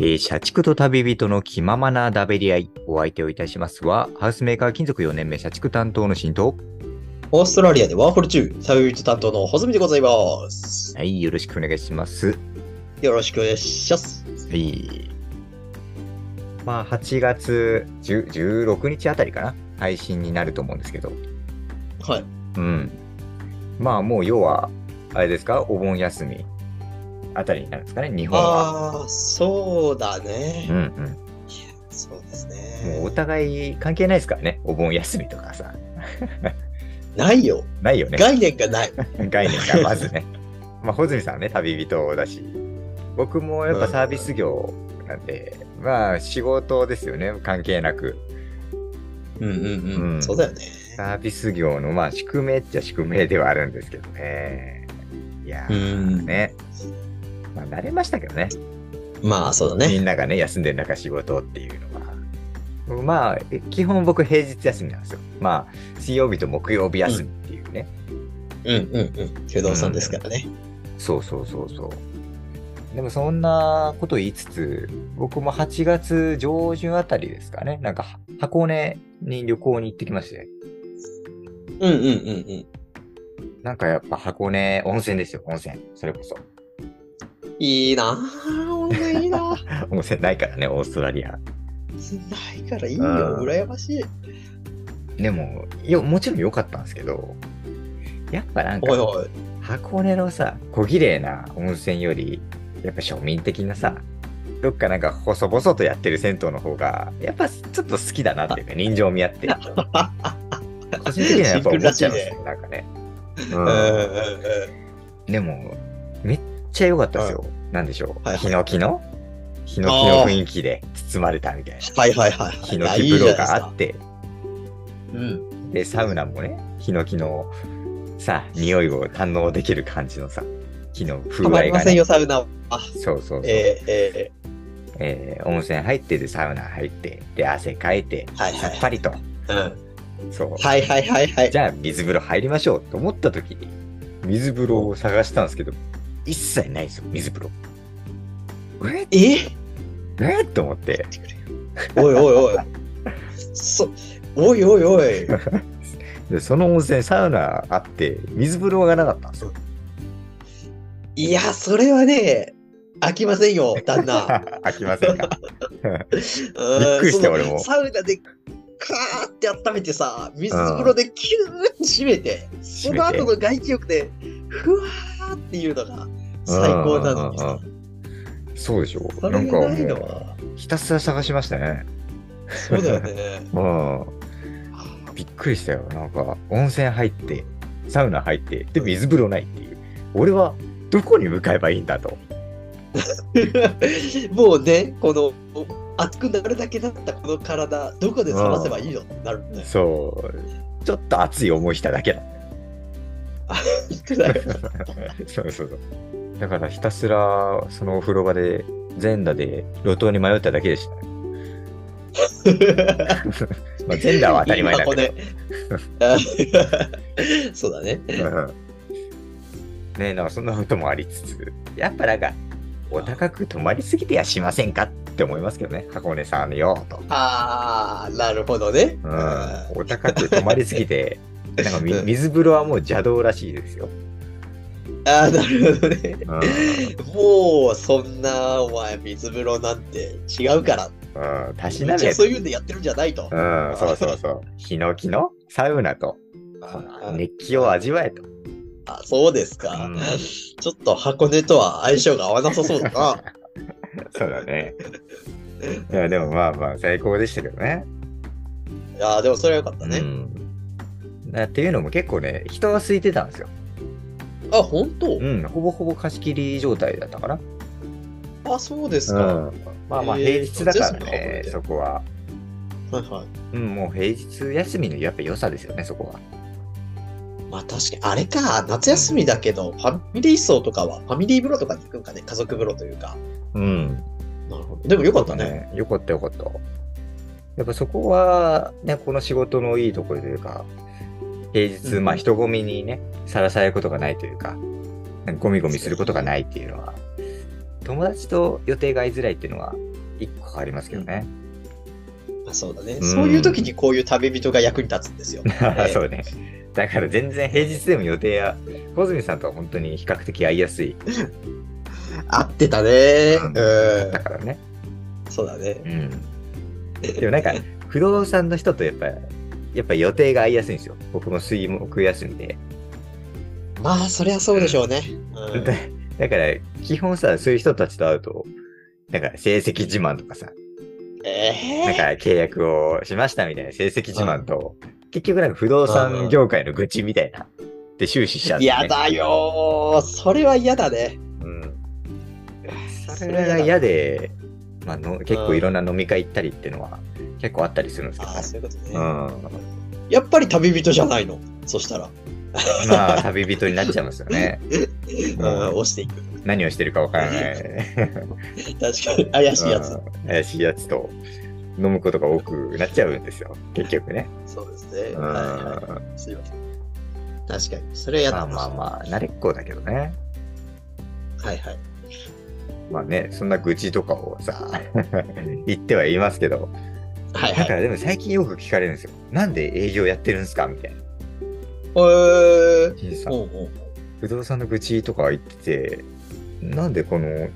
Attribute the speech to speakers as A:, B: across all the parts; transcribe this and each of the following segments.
A: えー社畜と旅人の気ままなダベり合い、お相手をいたしますは、ハウスメーカー金属4年目社畜担当の新藤。
B: オーストラリアでワーホル中、旅人担当のホズミでございます。
A: はい、よろしくお願いします。
B: よろしくお願いします。
A: はい。まあ、8月10 16日あたりかな、配信になると思うんですけど、
B: はい。
A: うん。まあ、もう要は、あれですか、お盆休みあたりになるんですかね、日本は。
B: ああ、そうだ
A: うん
B: ね。
A: うん。
B: そうです
A: もうお
B: ね。
A: 互い関係ないですからね、お盆休みとかさ。
B: ないよ。
A: ないよね、
B: 概念がない。
A: 概念がまず ね。まあ、穂積さんはね、旅人だし、僕もやっぱサービス業なんで、まあ、仕事ですよね、関係なく。
B: うんうん
A: う
B: うんん。そうだよね。
A: サービス業の、まあ、宿命っちゃ宿命ではあるんですけどね。いや
B: う
A: ー、
B: ん。
A: ね。まあ、慣れましたけどね。
B: まあ、そうだ
A: み
B: ね。
A: んながね、休んでる中仕事っていうのは。まあ、え基本僕平日休みなんですよ。まあ、水曜日と木曜日休みっていうね。
B: うんうんうん。不動産ですからね。
A: そうそうそうそう。でもそんなこと言いつつ、僕も8月上旬あたりですかね、なんかは箱根に旅行に行ってきまして、
B: うんうんうんうん。
A: なんかやっぱ箱根温泉ですよ、温泉。それこそ。
B: いいなぁ。温泉いいなぁ。
A: 温泉ないからね、オーストラリア。
B: ないからいいよ。
A: うん
B: 羨ましい。
A: でも、いや、もちろん良かったんですけど、やっぱなんか
B: おいおい。
A: 箱根のさ、小綺麗な温泉より、やっぱ庶民的なさ、どっかなんか細々とやってる銭湯の方が、やっぱちょっと好きだなっていう か、人情味あって。個人的にはやっぱ思っちゃいますね、なんかね。
B: うんうんうんうん。
A: うん、でも、めっちゃ良かったですよ。なんでしょう、
B: はいはい
A: ヒノキのヒノキの雰囲気で包まれたみたいな。
B: はいはいはい。
A: ヒ
B: い
A: ノ
B: やい
A: キ
B: い
A: 風
B: じゃ
A: 呂
B: ないです
A: が
B: か
A: あって、
B: うん。
A: で、サウナもね、ヒノキのさ、匂いを堪能できる感じのさ、木の風合
B: たま
A: い
B: りま
A: が
B: せん
A: ね。
B: よ、サウナは。
A: そうそうそう。え
B: えー、え
A: ー温泉入って、で、サウナ入って、で、汗かいて、
B: ー、はい
A: さ
B: は
A: っ
B: い。
A: ぱりと。
B: うん
A: そう。
B: はいはいはいはい。
A: じゃあ水風呂入りましょうと思った時に水風呂を探したんですけど一切ないんですよ水風呂え
B: え
A: えと思って
B: おいおいおい。そ、おいおいおい。
A: でその温泉サウナあって水風呂がなかったんですよ
B: いや、それはね、飽きません よ、旦那。
A: 飽きませんか
B: び
A: び
B: っ
A: っくりして俺も
B: サウナでカーって温めてさ、水風呂でキューって締めて、その後の外気浴で、ふわーっていうのが 最高なのに
A: うんう
B: さ
A: ん。そうでしょ
B: そ
A: な
B: れ
A: ん
B: が
A: かも
B: ないの
A: う
B: は、
A: ひたすら探しましたね
B: そうだよね。
A: うんびっくりしたよなんか温泉入ってサウナ入ってで水風呂ないっていう俺はどこに向かえばいいんだと
B: もうね、この熱くなるだけだったこの体、どこで冷ませばいいのってなる んだよ。
A: そう。ちょっと熱い思いしただけだ。 そうそうそう。だからひたすら、そのお風呂場で、全裸で路頭に迷っただけでした。まあ、全裸は当たり前だけ ど。
B: ど。 そうだね。
A: うんねえ、なんかそんなこともありつつ、やっぱなんか、お高く泊まりすぎてやしませんかって思いますけどね、箱根さんよと。
B: ああ、なるほどね。
A: うん
B: あ、
A: お高く泊まりすぎ て、なんかみ
B: うん
A: 水風呂はもう邪道らしいですよ。
B: あー、なるほどね。
A: うん
B: もう、そんな、お前、水風呂なんて違うから。
A: うん、たし
B: みん
A: な
B: な
A: め
B: そういうんでやってるんじゃないと。
A: うん、そうそうそう。ヒノキのサウナと、
B: あー
A: 熱気を味わえと。
B: あそうですか、
A: うん
B: ちょっと箱根とは相性が合わなさそう だな。
A: そうだね。いや、でもまあまあ、最高でしたけどね。
B: いやー、でもそれはよかった
A: う
B: ね。
A: ん。なっていうのも結構ね、人は空いてたんですよ。
B: あ、本
A: う
B: 当、
A: ん、ほぼほぼ貸し切り状態だったかな。
B: あ、そうですか。
A: うんまあまあ、
B: えー
A: 平日だから
B: そう
A: ね
B: で、すか
A: そこは。
B: はいはい。
A: うん、もう平日休みのやっぱ良さですよね、そこは。
B: まあ確かに、あれか、夏休みだけど、ファミリー層とかは、ファミリー風呂とかに行くんかね、家族風呂というか。
A: うん。
B: なるほど。でもよかったね。
A: ね、よかったよかった。やっぱそこは、ね、この仕事のいいところというか、平日、
B: うん
A: まあ人混みにね、さらされることがないというか、ゴミゴミすることがないっていうのは、友達と予定が合いづらいっていうのは、一個変わりますけどね。
B: まあ、そうだね、
A: ん
B: そういう時にこういう旅人が役に立つんで すよ。
A: そうね。だから全然平日でも予定や、小泉さんとは本当に比較的会いやすい
B: 合ってたね。
A: うん
B: う
A: だからね。
B: ん。そうだね
A: う。ん。でもなんか、不動産の人とやっぱ、やっぱ予定が合いやすいんですよ。僕も水木休みで。
B: まあ、そりゃそうでしょうね。うん
A: だだから、基本さ、そういう人たちと会うと、なんか成績自慢とかさ、なんか
B: え
A: 契約をしましたみたいな成績自慢と、結局なんか不動産業界の愚痴みたいな、で終始しちゃ
B: え
A: う、
B: ー、やだ。よー。それは嫌だね。
A: うん。それが嫌で、まあの、結構いろんな飲み会行ったりっていうのは結構あったりするんですけど
B: ああ、
A: ね、
B: そういうことね。
A: うん。
B: やっぱり旅人じゃないの。そしたら、
A: まあ、旅人になっちゃいますよね。
B: うん、押していく。
A: 何をしてるかわからない。
B: 確かに、怪しいやつ。
A: うん怪しいやつと飲むことが多くなっちゃうんですよ、結局ね。
B: そうですね。
A: うん。
B: はいはい。すいません。確かに、それは嫌
A: ま
B: だ。
A: あまあまあ、慣れっこだけどね。
B: あ。はいはい。
A: まあね、そんな愚痴とかをさ、言っては言いますけど、
B: はいは
A: だ
B: い
A: か。らでも最近よく聞かれるんですよ。なんで営業やってるんですかみたいな。
B: え
A: じいさ
B: ー。
A: ん、
B: おうおう
A: 不動産の愚痴とか言ってて、なんでこの、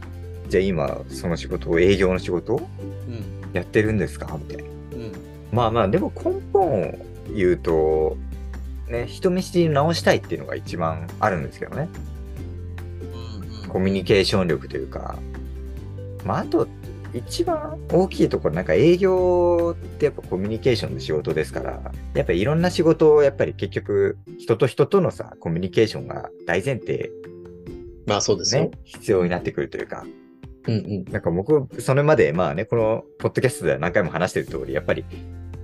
A: じゃあ今、その仕事を、営業の仕事を
B: うん。
A: やってるんですかみたいな。
B: うん。
A: まあまあ、でも根本を言うと、ね、人見知り直したいっていうのが一番あるんですけどね。
B: うん。
A: コミュニケーション力というか、まあ、あと、一番大きいところ、なんか営業ってやっぱコミュニケーションの仕事ですから、やっぱいろんな仕事をやっぱり結局、人と人とのさ、コミュニケーションが大前提
B: まあそうで
A: ですす
B: ね
A: ね。、必要になってくるというか、
B: うんうん。
A: なんか僕、それまで、まあね、このポッドキャストでは何回も話してる通り、やっぱり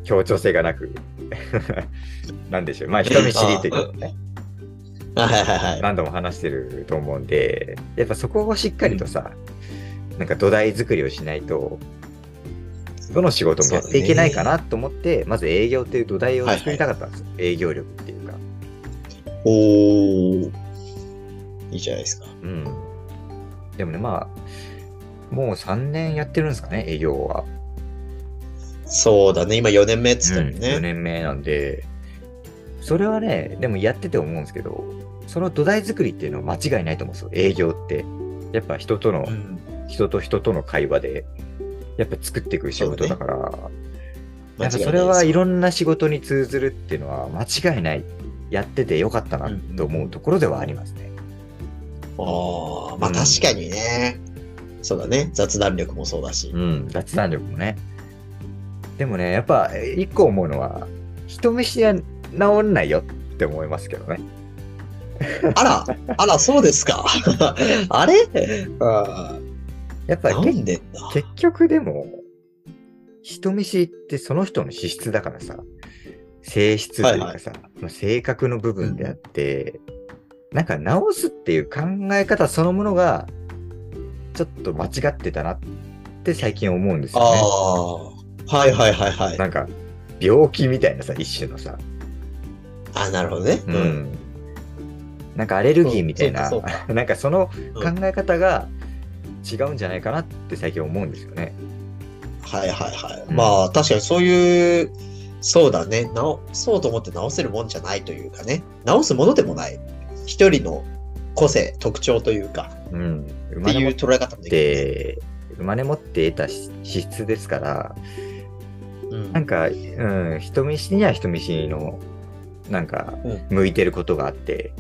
A: 協調性がなく、 なんでしょう、まあ人見知りということね。
B: あはいはいはい。
A: 何度も話してると思うんで、やっぱそこをしっかりとさ、なんか土台作りをしないと、どの仕事もやっていけないかなと思って、まず営業っていう土台を作りたかったんですよ。営業力っていうか。
B: おー。いいじゃないですか。
A: うん。でもね、まあ、もう3年やってるんですかね、営業は。
B: そうだね。今4年目っつったもん
A: うん4
B: ね。
A: 年目なんで、それはね、でもやってて思うんですけど、その土台作りっていうのは間違いないと思うんですよ、営業って。やっぱ人との
B: うん。
A: 人と人との会話で、やっぱ作っていく仕事だから、
B: 間
A: や
B: 違
A: っ
B: いな
A: ぱ
B: い
A: それはい
B: です
A: ろんな仕事に通ずるっていうのは間違いない。やっててよかったなと思うところではありますね。
B: あーまあ
A: うん
B: 確かにね。そうだね。雑談力もそうだし
A: う。ん、雑談力もね。でもね、やっぱえ一個思うのは、人見知りは治んないよって思いますけどね。
B: あら、あら、そうですか。 あれあ
A: やっぱ
B: ーな
A: け
B: んでんだ。
A: 結局でも、人見知りってその人の資質だからさ、性質というかさ、まあ性格の部分であって、なんか直すっていう考え方そのものが、ちょっと間違ってたなって最近思うんです
B: あ
A: よね。
B: あ。はいはいはいはい。
A: なんか、病気みたいなさ、一種のさ、
B: あなるほどね。
A: うん。。なんかアレルギーみたいな
B: そう、かそ う
A: なんかその考
B: かうん
A: え方が違うんじゃないかなって最近思うんですよね。
B: はいはいはい。
A: うん
B: まあ確かにそういう、そうだね。直そうと思って直せるもんじゃないというかね。直すものでもない。一人の個性、特徴というか、
A: うん。生
B: っ
A: ま
B: て
A: れ
B: い
A: 持
B: う
A: っ
B: 捉え方もできる、ね。
A: で生まれ持って得たし資質ですから
B: うん
A: なんか、うん、人見知りには人見知りのなんか
B: うん
A: 向いてることがあって、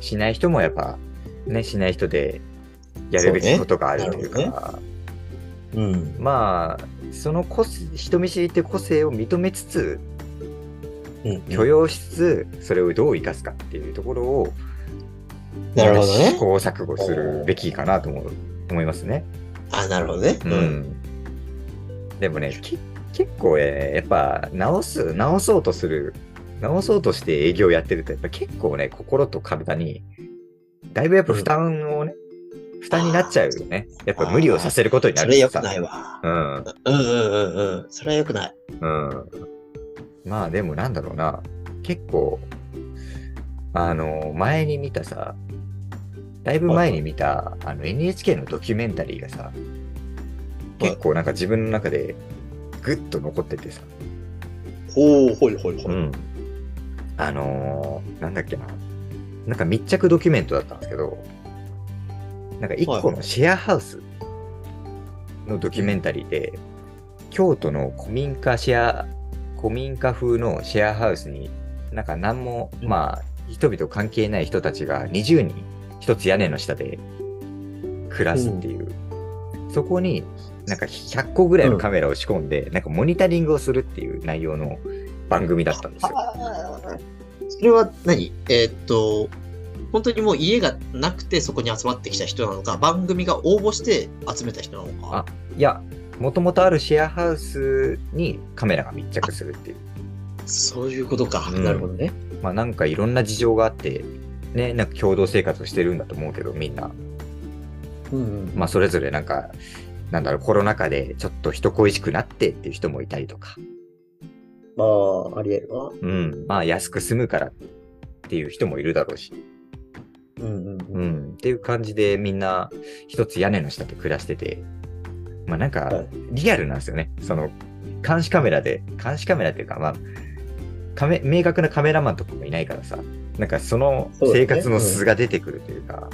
A: しない人もやっぱねしない人でやるべ
B: そう
A: き
B: ね
A: ことがあるというか
B: なるうん。
A: まあその個性人見知りって個性を認めつつ
B: うん
A: 許容しつつ、それをどう生かすかっていうところを
B: なるほど
A: 試
B: ね。
A: 行錯誤するべきかなと思う思いますね。
B: あなるほどね。
A: う。ん、でもねけ結構、ね、やっぱ直す直そうとする直そうとして営業やってるとやっぱ結構ね心と体にだいぶやっぱ負担をね、負担になっちゃうよねやっぱ無理をさせることにな
B: そ
A: る
B: れ
A: し
B: 良
A: さ
B: くないわ。
A: うん
B: うんうんうんうん。それは良くない。
A: うんまあでもなんだろうな結構あの前に見たさだいぶ前に見たあの NHK のドキュメンタリーがさ結構なんか自分の中でグッと残っててさ、
B: ほう、ほいほいほい。
A: ん、あのーなんだっけななんか密着ドキュメントだったんですけどなんか一個のシェアハウスのドキュメンタリーで、京都の古民家シェア古民家風のシェアハウスになんか何も、
B: うん
A: まあ人々関係ない人たちが20人一つ屋根の下で暮らすっていう、そこになんか100個ぐらいのカメラを仕込んで、なんかモニタリングをするっていう内容の番組だったんですよ。
B: あーそれは何えーっと、本当にもう家がなくてそこに集まってきた人なのか、番組が応募して集めた人なのか。
A: いや、もともとあるシェアハウスにカメラが密着するっていう。
B: そういうことか。
A: うん
B: なるほどね。
A: まあなんかいろんな事情があって、ね、なんか共同生活をしてるんだと思うけど、みんな。
B: うん、
A: まあそれぞれなんか、なんだろう、コロナ禍でちょっと人恋しくなってっていう人もいたりとか。
B: まあ、ありえるわ。
A: うん。まあ安く済むからっていう人もいるだろうし。
B: うんうん
A: う
B: うん。
A: ん。っていう感じでみんな一つ屋根の下で暮らしてて。まあなん
B: は
A: か
B: い、
A: リアルなんですよね。その、監視カメラで、監視カメラっていうか、まあ、カメ明確なカメラマンとかもいないからさ、なんかその
B: そうですね
A: 生活の素が出てくるというか、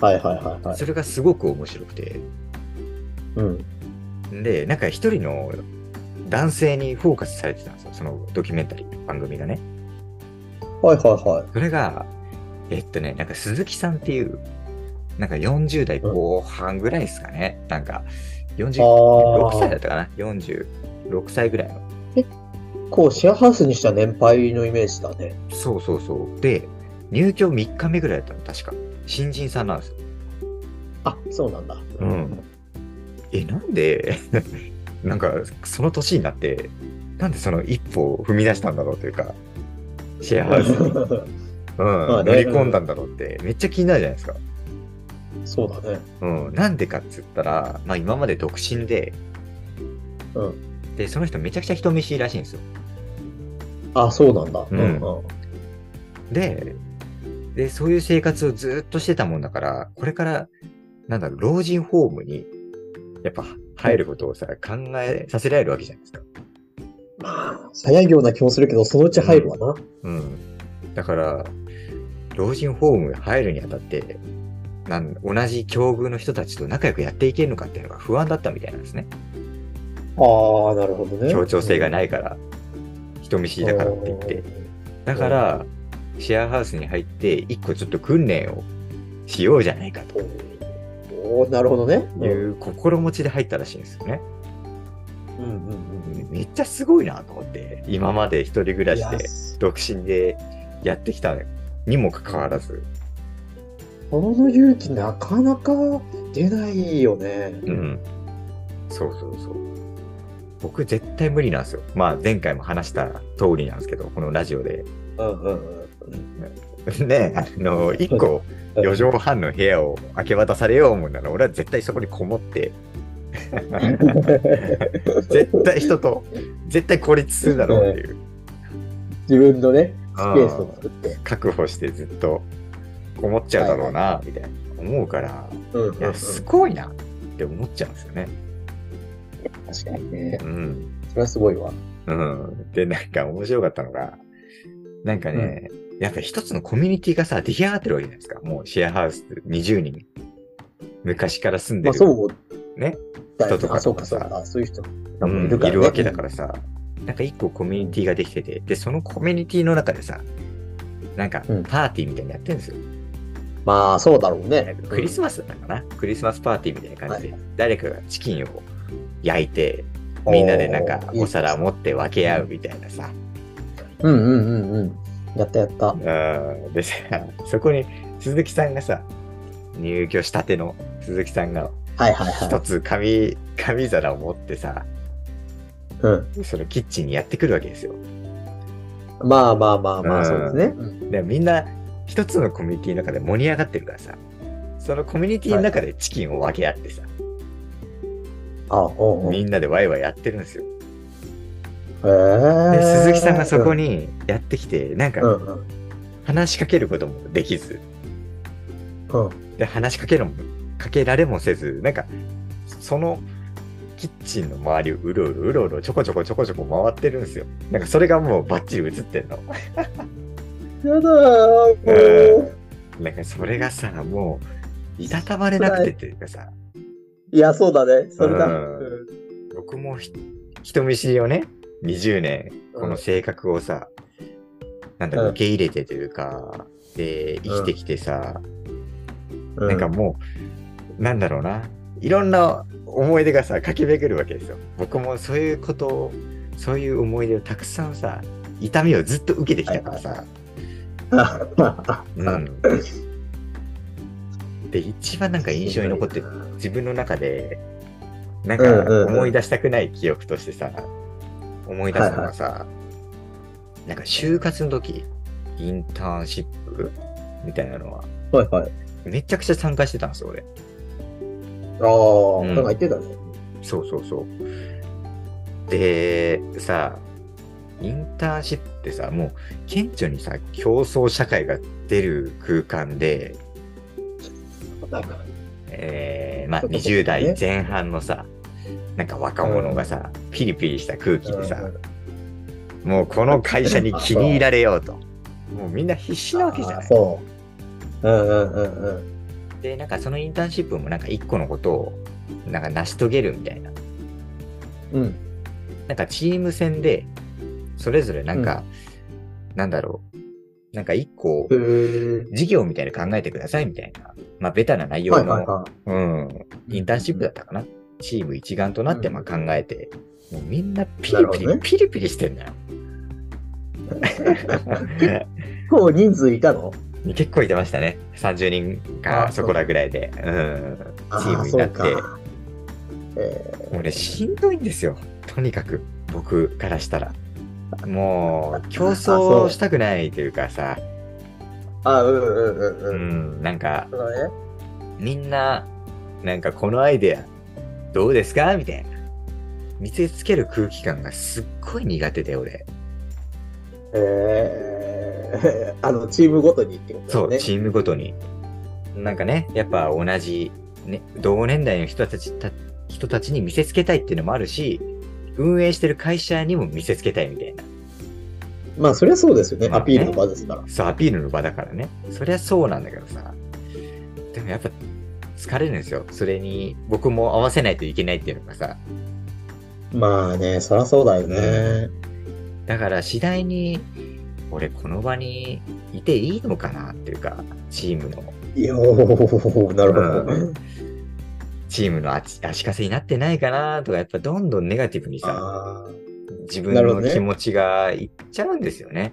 B: はいはいはいはい。
A: それがすごく面白くて。
B: うん。
A: で、なんか一人の男性にフォーカスされてたんですよ。そのドキュメンタリー、番組がね。
B: はいはいはい。
A: それが、えっとね、なんか鈴木さんっていう、なんか40代後半ぐらいですかね。なんか、
B: あー
A: 46歳だったかな ?46 歳ぐらいの。
B: こう、シェアハウスにしては年配のイメージだね。
A: そうそうそう。で、入居3日目ぐらいだったの、確か。新人さんなんですよ。
B: あ、そうなんだ。う
A: うん。え、なんで、 なんか、その年になって、なんでその一歩を踏み出したんだろうというか、シェアハウス に、うん
B: あね
A: 乗り込んだんだろうって、めっちゃ気になるじゃないですか。
B: そうだね。
A: うん、なんでかっつったら、まあ、今まで独身で、
B: う
A: でその人めちゃくちゃ人見知りらしいんですよ
B: あ、そうなんだ。
A: うん
B: うん。
A: ででそういう生活をずっとしてたもんだからこれからなんだろう老人ホームにやっぱ入ることをさ考えさせられるわけじゃないですか、
B: まあ、早いような気もするけど、そのうち入るわな。
A: うん、だから老人ホームに入るにあたってなん同じ境遇の人たちと仲良くやっていけるのかっていうのが不安だったみたいなんですね
B: ああ、なるほどね。。
A: 協調性がないいから人見知りだからって言ってだから、シェアハウスに入って、一個ちょっと訓練をしようじゃないかと
B: おおなるほどね。う
A: い
B: ん
A: う心持ちで入ったらしいんですよね。
B: うんうんうん。
A: めっちゃすごいなと思って、今まで一人暮らし
B: い
A: で
B: や、
A: 独身でやってきたにもかかわらず、
B: その勇気なかなか出ないよね。
A: うん。そうそうそう。僕絶対無理なんですよ。まあ前回も話した通りなんですけど、このラジオで。
B: うんうんうん。
A: ね、あの、一個4畳半の部屋を明け渡されよう思うなら、俺は絶対そこにこもって、絶対人と、絶対孤立するだろうっていう。
B: 自分のね、スペ
A: あー
B: ースを作って。
A: 確保してずっとこもっちゃうだろうな、みたいな思うから、
B: うんうんうん
A: いや、すごいなって思っちゃうんですよね。
B: 確かにね。
A: うん。
B: それはすごいわ。
A: うん。で、なんか面白かったのが、なんかね、やっぱ一つのコミュニティがさ、出来上がってるわけじゃないですか。もうシェアハウス20人。昔から住んで
B: まあ
A: る。
B: そう。
A: ね。
B: だよ
A: 人と
B: ね
A: か
B: あそうか
A: と
B: そ
A: かさ
B: うか。そういう人
A: う
B: が
A: ん
B: も
A: いる
B: いるからね。
A: わけだからさ、なんか一個コミュニティができてて、で、そのコミュニティの中でさ、なんか
B: うん
A: パーティーみたいにやってるんですよ。
B: まあそうだろうね。
A: クリス
B: マ
A: マスだったかな、クリスマスパーティーみたいな感じで、
B: は
A: 誰かがチキンを焼いて、みんなでなんかお皿持って分け合うみたいなさ。
B: うんうんうんうん。やったやった。
A: うんでさ、そこに鈴木さんがさ、入居したての鈴木さんが
B: はいはいは
A: 一
B: い。
A: つ紙、紙皿を持ってさ、
B: うん。
A: そのキッチンにやってくるわけですよ。
B: まあまあまあま
A: うん
B: あ、そうですね。うん
A: でみんな一つのコミュニティの中で盛り上がってるからさ、そのコミュニティの中でチキンを分け合ってさ、
B: あ、おうおう。
A: み
B: へ
A: んなでワイワイやってるんですよ。
B: え
A: で、鈴木さんがそこにやってきて、なん
B: う
A: か
B: んうん
A: 話しかけることもできず、
B: うん。
A: で話しかけるもかけられもせず、なんかそのキッチンの周りをうろうろうろうろちょこちょこちょこちょこ回ってるんですよ。なんかそれがもうバッチリ映ってんの。
B: やだー、もう。
A: なんかそれがさ、もう、いたたまれなくてっていうかさ、
B: いや、そうだね。それだ。
A: うん
B: うん
A: 僕もひ人見知りをね、20年、この性格をさ、なんだ、
B: うん
A: 受け入れてというか、で、生きてきてさ、なんかもう、なんだろうな、いろんな思い出がさ、駆け巡るわけですよ。僕もそういうことを、そういう思い出をたくさんさ、痛みをずっと受けてきたからさ、うん。で、一番なんか印象に残ってる
B: う
A: 自分の中で、なん
B: うんうん
A: か
B: うん
A: 思い出したくない記憶としてさ、思い出すのがさ、なんか就活の時、インターンシップみたいなのは、
B: ん はいはい。
A: めちゃくちゃ参加してたんですよ、俺。
B: ああ、
A: うん
B: なんか言ってたね。
A: そうそうそう。で、さ、インターンシップってさ、もう顕著にさ、競争社会が出る空間で、
B: なんか
A: えーまあ、
B: そういうこと
A: 20代
B: ね
A: 前半のさ、なんか若者がさ、ピリピリした空気でさ、もうこの会社に気に入られようと。もうみんな必死なわけじゃ
B: あ
A: な
B: ー
A: い。
B: そう。うんうんうんうん。
A: で、なんかそのインターンシップもなんか一個のことを、なんか成し遂げるみたいな。
B: うん。
A: なんかチーム戦で、それぞれなんか、なんだろう。なんか一個
B: へ、ー
A: 事業みたいなの考えてくださいみたいな。まあ、ベタな内
B: は
A: 容
B: いはい
A: の、
B: は
A: うん、
B: い。
A: インターンシップだったかな。チーム一丸となって、まあ考えて、もうみんなピ
B: な
A: リ
B: るほ
A: ピ
B: ど
A: リ、
B: ね
A: ピリピリしてん だよ。
B: 結構人数いたの
A: 結構いてましたね。30人か
B: あ
A: そこらぐらいで、うん、チームに
B: そ
A: なっ
B: うか
A: て。
B: え
A: もうね、しんどいんですよ。とにかく、僕からしたら。もう、競争したくないというかさ、
B: ーあ、うんうんうん
A: う
B: うん。
A: ん、なんか、
B: そうだね。
A: みんな、なんかこのアイデア、どうですかみたいな。見せつける空気感がすっごい苦手で、俺。
B: えー、あ の、チームごとにってこと
A: そう、
B: だね。
A: チームごとに。なんかね、やっぱ同じ、ね、同年代の人たちた人たちに見せつけたいっていうのもあるし、運営してる会社にも見せつけたいみたいな。
B: まあ、そりゃそうですよね。
A: まあね
B: アピールの場ですから。
A: そう、アピールの場だからね。そりゃそうなんだけどさ。でもやっぱ疲れるんですよ。それに僕も合わせないといけないっていうのがさ。
B: まあね、そりゃそうだよね。
A: だから次第に、俺この場にいていいのかなっていうか、チームの、
B: いやー、なるほど。
A: うんチームの足足かせになってないかなとか、やっぱどんどんネガティブにさ、
B: ああ、
A: 自分
B: なるほ
A: の
B: どね
A: 気持ちがいっちゃうんですよね。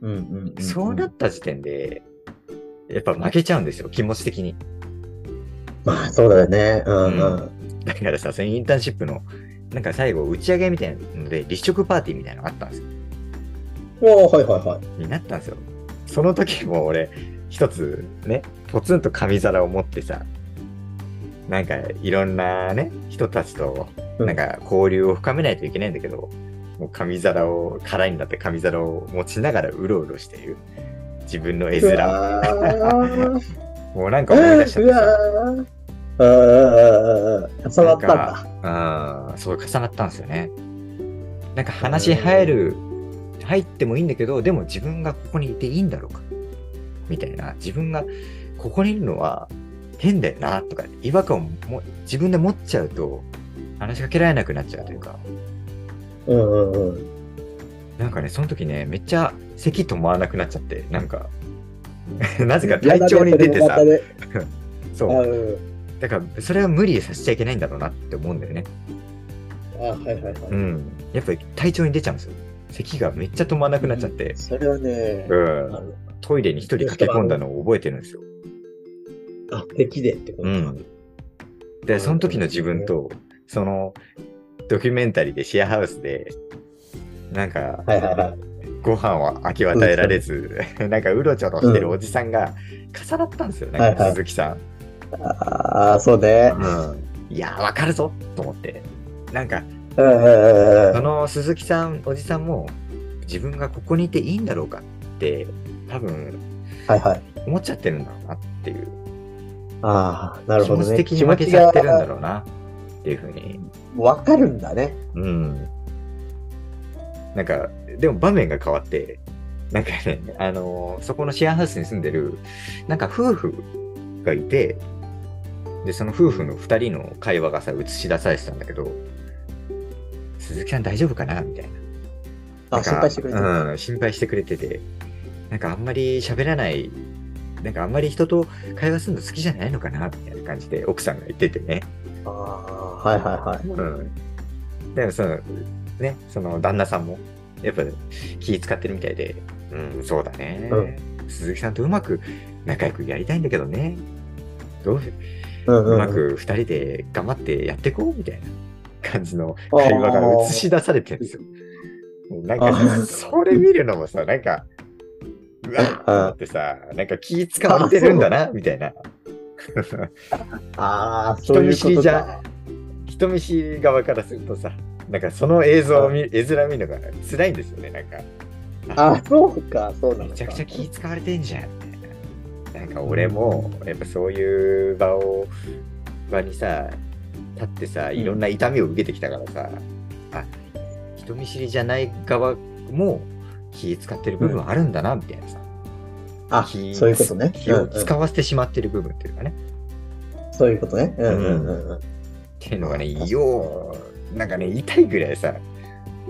B: うんうんうん。
A: そうなった時点で、やっぱ負けちゃうんですよ、気持ち的に。
B: まあ、そうだよね。うんう。
A: うんだからさ、そのインターンシップの、なんか最後、打ち上げみたいなので、立食パーティーみたいなのがあったんですよ。
B: おーはいはいはい。
A: になったんですよ。その時も俺、一つね、ポツンと紙皿を持ってさ、なんかいろんなね、人たちと、
B: うん
A: なんか交流を深めないといけないんだけど、もう紙皿を、空になって紙皿を持ちながらうろうろしている。自分の絵
B: う
A: 面を。
B: わ ー
A: もうなんか思い出しちゃっ
B: う
A: てさ。
B: わーあーあーあーあー重なったんだ。
A: ああ、そう、重なったんですよね。なんか話入る、入ってもいいんだけど、でも自分がここにいていいんだろうか。みたいな。自分がここにいるのは変だよな、とか、違和感をも自分で持っちゃうと、話しかけられなくなっちゃうというか。
B: うんうんうん。
A: なんかね、その時ね、めっちゃ咳止まらなくなっちゃって、なん か、なぜか体調に出てさ
B: い、やだねそれ
A: そ
B: もまた
A: う。
B: ね
A: だから、それは無理させちゃいけないんだろうなって思うんだよね。
B: あーうんあーはいはいはい。
A: うん。やっぱり体調に出ちゃうんですよ。咳がめっちゃ止まらなくなっちゃって。
B: それはね、
A: うん
B: あの
A: トイレに一人駆け込んだのを覚えてるんですよ。
B: あ、敵でってこと
A: う
B: か。
A: ん。で、その時の自分と、その、ドキュメンタリーでシェアハウスで、なんか、
B: はいはいはい。
A: ご飯を明け渡えられず、なんかうろちょろしてるおじさんが重なったんですよ、なんか
B: はいはい
A: 鈴木さん。
B: ああ、そうね。
A: うん。いやー、わかるぞと思って。なんか、
B: うんうんうんう
A: そ
B: ん。
A: の鈴木さん、おじさんも、自分がここにいていいんだろうかって、多分、
B: はいはい。
A: 思っちゃってるんだろうなっていう。
B: ああ、なる
A: 気
B: ほ
A: 持
B: ど
A: ち
B: ね。
A: 的に負けちゃってるんだ
B: ろ
A: ろうな。っていうふうに。
B: わかるんだね。
A: うん。なんか、でも場面が変わって、なんかね、あのーそこのシェアハウスに住んでる、なんか夫婦がいて、で、その夫婦の2人の会話がさ、映し出されてたんだけど、鈴木さん大丈夫かなみたいな。な
B: あ、
A: んか
B: 心配してくれてる。
A: うん、心配してくれてて、なんかあんまり喋らない、なんかあんまり人と会話するの好きじゃないのかなみたいな感じで奥さんが言っててね。
B: ああ、はいはいはい。
A: うん。でもその、ね、その旦那さんも、やっぱ気使ってるみたいで、うん、そうだね。鈴木さんとうまく仲良くやりたいんだけどね。どう
B: うん
A: うま
B: ん。
A: く二人で頑張ってやっていこうみたいな感じの会話が映し出されてるんですよ。なん
B: あ
A: か、
B: ー
A: それ見るのもさ、なんか、うわーってさ、なんか気使われてるんだな、みたいな。
B: ああ、そうい
A: 人
B: う
A: 見知
B: こ
A: り
B: と
A: じゃ
B: か。
A: 人見知り側からするとさ、なんかその映像を見、絵面見るのが辛いんですよね、なんか。
B: あそうか、そうなの
A: め
B: か。
A: ちゃくちゃ気使われてんじゃんみたいな。なんか俺もやっぱそういう場を場にさ立ってさ
B: ん
A: いろんな痛みを受けてきたからさ、あ人見知りじゃない側も気使ってる部分はあるんだなみたいなさ、
B: あ、そ
A: 気
B: ういうことね。
A: 気を
B: うんうん
A: 使わせてしまってる部分っていうかね、
B: そういうことね。うんうんうんうん。
A: っていうのがね
B: うん
A: ようなんかね痛いぐらいさ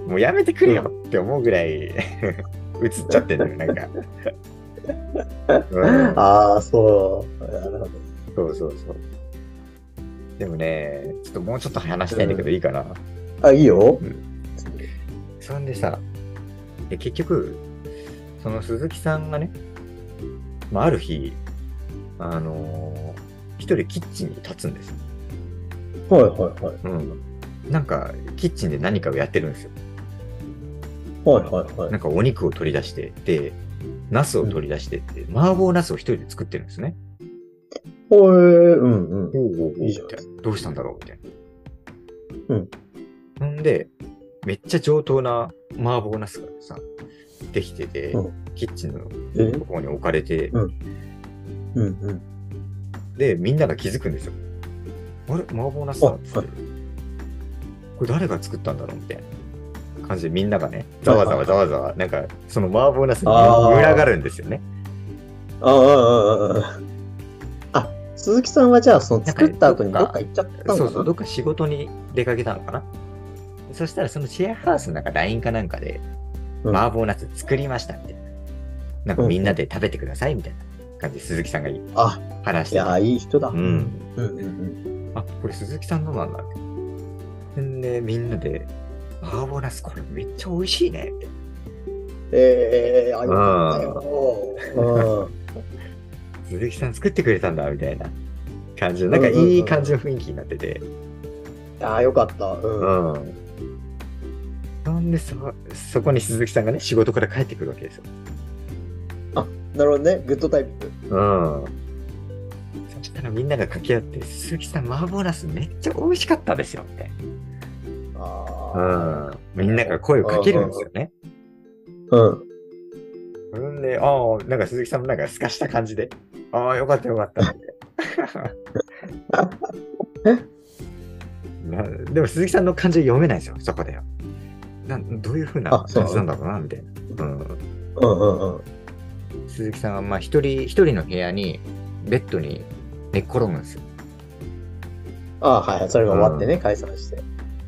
A: もうやめてくれよって思うぐらい 映っちゃってんのよ なんか、うん
B: ああ、そう。なるほど。
A: そうそうそう。でもね、ちょっともうちょっと話したいんだけど、
B: うん
A: いいかな。
B: あ、いいよ。
A: うんそんでさ、で結局、その鈴木さんがね、まあ、ある日、あのー一人キッチンに立つんですよ。
B: はいはいはい。
A: うん。なんか、キッチンで何かをやってるんですよ。
B: はいはいは。
A: ないんかお肉を取り出して、で、ナスを取り出してって、麻婆ナスを一人で作ってるんですね。
B: ほえー、うんうん。
A: おうおうおう
B: いいじゃん
A: みたいなどうしたんだろうみたいな。
B: うん。
A: ほんで、めっちゃ上等な麻婆ナスがさ、できてて、
B: う
A: キッチンの
B: え
A: ところに置かれて、
B: うんうんうん。
A: で、みんなが気づくんですよ。あれ麻婆ナスだっつって。これ誰が作ったんだろうみたいな感じでみんながね、ざわざわざわざわ、なんか、その麻婆ナスに
B: あー
A: 群がるんですよね。
B: ああ、ああ、ああ。あ、鈴木さんはじゃあ、その作った後にどっか行っちゃったんだ
A: そうそう、どっか仕事に出かけたのかな。そしたら、そのシェアハウスのなんか LINE かなんかで、
B: うん
A: 麻婆ナス作りましたみたいな。なんか
B: うん
A: みんなで食べてくださいみたいな感じで鈴木さんが
B: あ、
A: 話し
B: い
A: て
B: や、
A: て。
B: いい人だ。
A: う。ん。
B: うんうん
A: あ、これ鈴木さんのなんだ。んで、みんなで、麻婆ナスこれめっちゃ美味しいねって。
B: ええー、あ、よかったよ。うん。
A: 鈴木さん作ってくれたんだみたいな感じの、
B: うん
A: な
B: うんん
A: か
B: うん
A: いい感じの雰囲気になってて。
B: あ、よかった。うん。
A: うん。なんでそ、そこに鈴木さんがね、仕事から帰ってくるわけですよ。
B: なるほどね。グッドタイミン
A: う
B: グ。
A: ん。そしたらみんなが掛け合って、鈴木さん、麻婆ナスめっちゃ美味しかったですよって。う
B: ああ。
A: ん。みんなが声をかけるんですよね。
B: うん。
A: うんで、ああ、なんか鈴木さんもなんか透かした感じで、ああ、よかったよか ったって。なでも鈴木さんの感情読めないですよ、そこでよ。なんどういうふうな
B: あそう
A: 感じなんだろうな、みたいな。うん。
B: うんうんうん。
A: 鈴木さんはまあ一人一人の部屋にベッドに寝っ転ぶんですよ。
B: あはいはい。それが終わってね、解散して。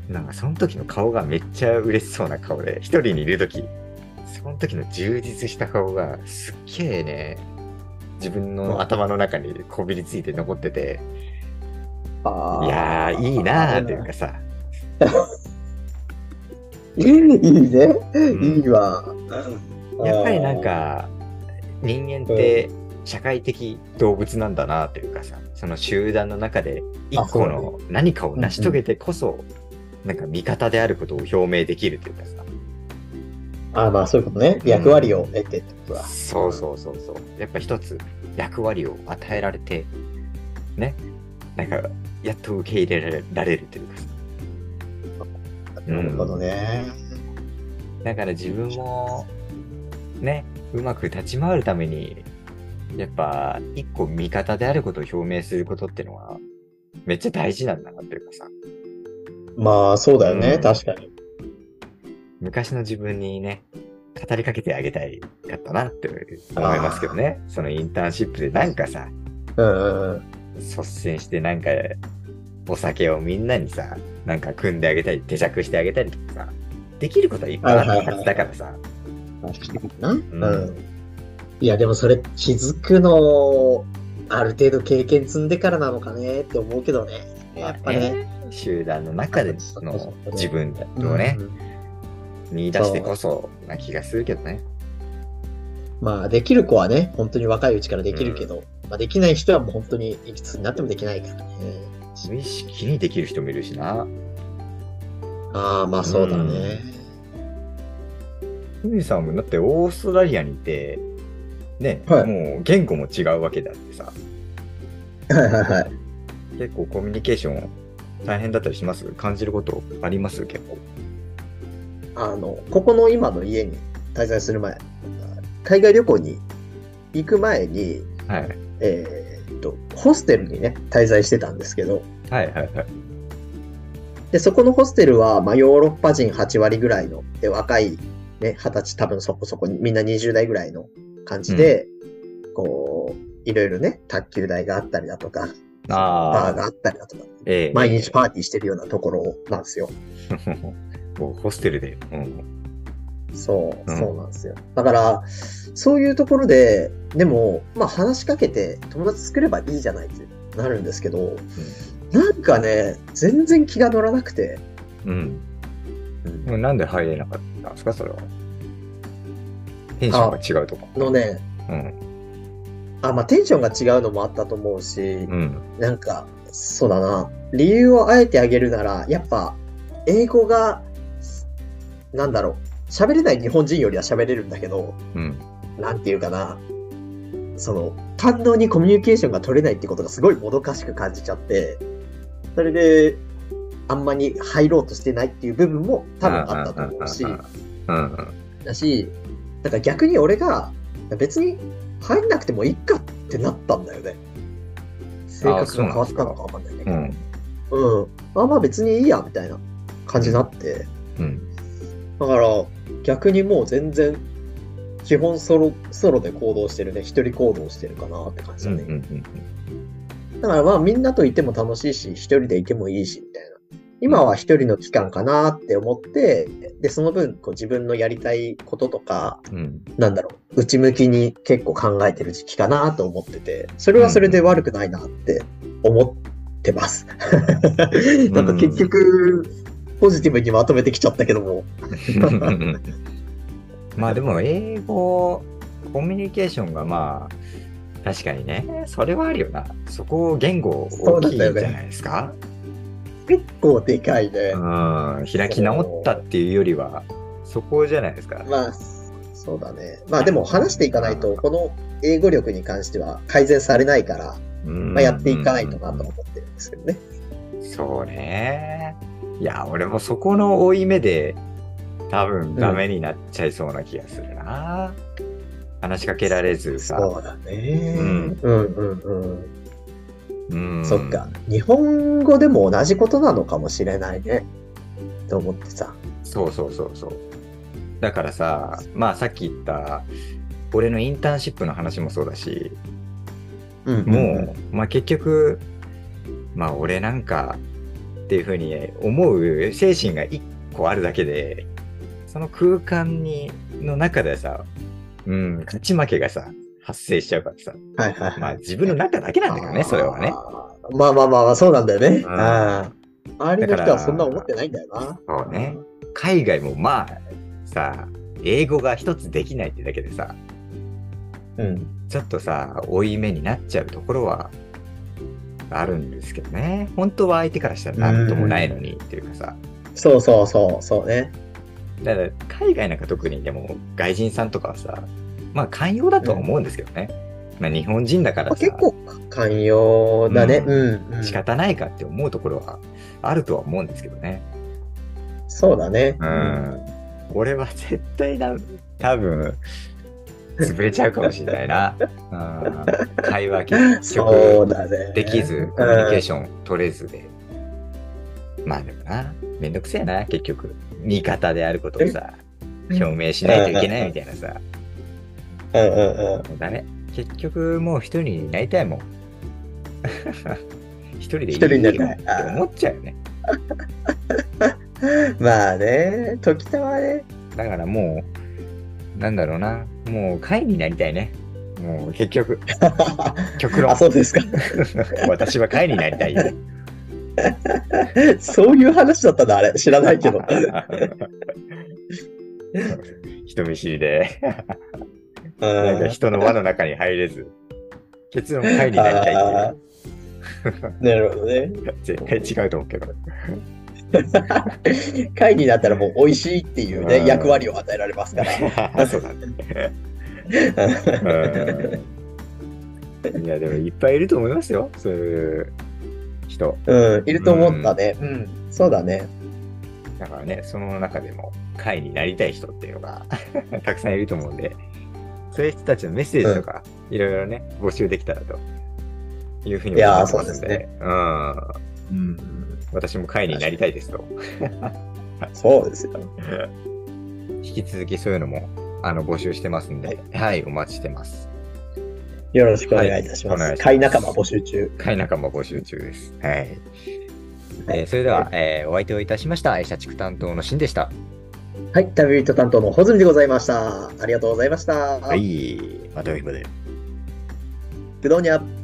A: なんかその時の顔がめっちゃ嬉しそうな顔で一人にいる時その時の充実した顔がすっげえね自分の頭の中にこびりついて残ってて
B: ああ。
A: いやーいいなーっていうかさ、
B: いいね。
A: うん
B: いいわ。
A: やっぱりなんか人間って社会的動物なんだなというかさその集団の中で一個
B: あそ
A: の何かを成し遂げてこそなんか味方であることを表明できるというかさ
B: あー。あーまあそういうことね。役割を得てってことだ。
A: そうそうそうそう。やっぱ一つ役割を与えられて、ね。なんか、やっと受け入れられられるというかさ。うん
B: なるほどね。
A: だから自分も、ね、うまく立ち回るために、やっぱ、一個味方であることを表明することってのは、めっちゃ大事なんだなというかさ。
B: まあ、そうだよね、
A: うん
B: 確かに。
A: 昔の自分にね、語りかけてあげたいかったなって思いますけどね。そのインターンシップでなんかさ、
B: うんうんうん。
A: 率先してなんか、お酒をみんなにさ、なんか組んであげたり、手酌してあげたりとかさ、できることはいっぱいあるはずだからさ。
B: 確かにな。
A: う
B: うんん。いや、でもそれ気づくの、ある程度経験積んでからなのかねって思うけどね。やっぱね。
A: 集団の中での自分をね、
B: うん
A: 見出してこそな気がするけどね。
B: まあ、できる子はね、本当に若いうちからできるけど、まあ、できない人はもう本当にいくつになってもできないからね。
A: 無意識にできる人もいるしな。
B: ああ、まあそうだね。
A: ふみさんもだってオーストラリアにいて、ね、
B: はい
A: もう言語も違うわけだってさ、
B: はいはいはい。
A: 結構コミュニケーション大変だったりします感じることあります結構。
B: あの、ここの今の家に滞在する前、海外旅行に行く前に、
A: はい。
B: えーっと、ホステルにね、滞在してたんですけど、
A: はいはいはい。
B: で、そこのホステルは、まあ、ヨーロッパ人8割ぐらいの、で、若い、ね、20歳多分そこそこに、みんな20代ぐらいの感じで、こう、いろいろね、卓球台があったりだとか、バー
A: ああ、
B: があったりだとか、
A: ええ
B: 毎日パーティーしてるようなところなんですよ。
A: もうホステルで。うん。
B: そう、
A: うん
B: そうなんですよ。だから、そういうところで、でも、まあ話しかけて友達作ればいいじゃないってなるんですけど、なんかね、全然気が乗らなくて、
A: うん。でもなんで入れなかったんですかそれは。テンションが違うとか。
B: のね、
A: うん。
B: あ、まあテンションが違うのもあったと思うし、
A: うん。
B: なんか、そうだな、理由をあえてあげるなら、やっぱ、英語が、なんだろう、喋れない日本人よりは喋れるんだけど、
A: うん。
B: なんていうかな、その、感動にコミュニケーションが取れないってことがすごいもどかしく感じちゃって、それで、あんまり入ろうとしてないっていう部分も多分あったと思うし
A: う、んうんうん。
B: だし、だから逆に俺が、別に入んなくてもいいかってなったんだよね。性格が変わったのかわかんないけ
A: う
B: ど。うん
A: ん。
B: あ、まあ別にいいや、みたいな感じになって。
A: うん。
B: だから逆にもう全然基本ソロソロで行動してるね一人行動してるかなって感じ
A: う
B: だ
A: ん。う
B: ね、
A: ん。
B: だからまあみんなといても楽しいし一人でいてもいいしみたいな今は一人の期間かなって思ってでその分こう自分のやりたいこととか
A: うん。
B: なんだろう内向きに結構考えてる時期かなと思っててそれはそれで悪くないなって思ってます、なんか結局ポジティブにまとめてきちゃったけども
A: まあでも英語コミュニケーションがまあ確かにねそれはあるよなそこを言語大きいんじゃないですか
B: 結構でかいね、
A: うん開き直ったっていうよりはそこじゃないですか、
B: まあ、そうだね。まあでも話していかないと、この英語力に関しては改善されないから、
A: うん
B: まあ、やっていかないとなと思ってるんですけどね。
A: そうねいや俺もそこの負い目で多分ダメになっちゃいそうな気がするな、話しかけられずさ
B: そうだね。
A: うん
B: うんうんうん。
A: うん
B: そっか。日本語でも同じことなのかもしれないね。と思ってさ。
A: そうそうそうそう。だからさ、まあさっき言った、俺のインターンシップの話もそうだし、
B: うん
A: もう、まあ結局、まあ俺なんかっていうふうに思う精神が一個あるだけで、その空間に、の中でさ、うん、勝ち負けがさ、発生しちゃうからさ、
B: うん。はいはいはい。
A: まあ自分の中だけなんだけどね、それはね。
B: あー。まあまあまあまあ、そうなんだよね。
A: うん
B: ああ周り
A: だ
B: の人
A: から
B: はそんな思ってないんだよな。
A: そうね。海外もまあさ、英語が一つできないってだけでさ、
B: うん。
A: ちょっとさ、負い目になっちゃうところはあるんですけどね。本当は相手からしたらなんともないのにっていうかさ。
B: そうそうそう、そうね。
A: だから海外なんか特にでも外人さんとかはさ、まあ寛容だとは思うんですけどね。まあ日本人だか
B: まあ
A: らさ
B: 結、構寛容だね。
A: うん
B: うん。うん
A: 仕方ないかって思うところはあるとは思うんですけどね。
B: そうだね。
A: うん。俺は絶対だ、多分、潰れちゃうかもしれないな。うん、会話結局。
B: そうだね。
A: できず、コミュニケーション取れずで。まあでもな、めんどくせえな、結局。味方であることをさ、表明しないといけないみたいなさ。
B: うんうんうん。
A: もうダメ。結局、もう一人になりたいもん。 一人でいい
B: 一人になりたい
A: よって思っちゃうよね。
B: まあね、時た まね。
A: だからもう、なんだろうな。もう、会になりたいね。もう、結局、極論
B: あ、。そうですか。
A: 私は会になりたいよ。
B: そういう話だったんだ、あれ。知らな いけど。
A: 人見知りで、
B: う
A: なんか
B: ん。
A: 人の輪の中に入れず、結論会になりたい
B: あーなるほどね。
A: っていう。絶対違うと思うけ ど。
B: 会になったらもう美味しいっていう
A: うん
B: ね、役割を与えられますから。
A: そうだね。うんいや、でもいっぱいいると思いますよ、そういう人。
B: うん、いると思ったね。うん、そうだね。
A: だからね、その中でも会になりたい人っていうのが たくさんいると思うんで、そういう人たちのメッセージとか、いろいろね、募集できたらというふうに思ってますんで、
B: いやーそうで
A: うん。私も会になりたいですと。
B: そうですよ。
A: 引き続きそういうのもあの募集してますんで、はい、お待ちしてます。
B: よろしくお願いいたしま
A: はいお願い
B: す。
A: します
B: 会仲間募集中。
A: 会仲間募集中です。はい。えーそれでは、えーお相手をいたしました、社畜担当のシンでした。
B: はい、旅人担当のホズミでございました。ありがとうございました。
A: はい、またお昼まで。
B: グドニャ。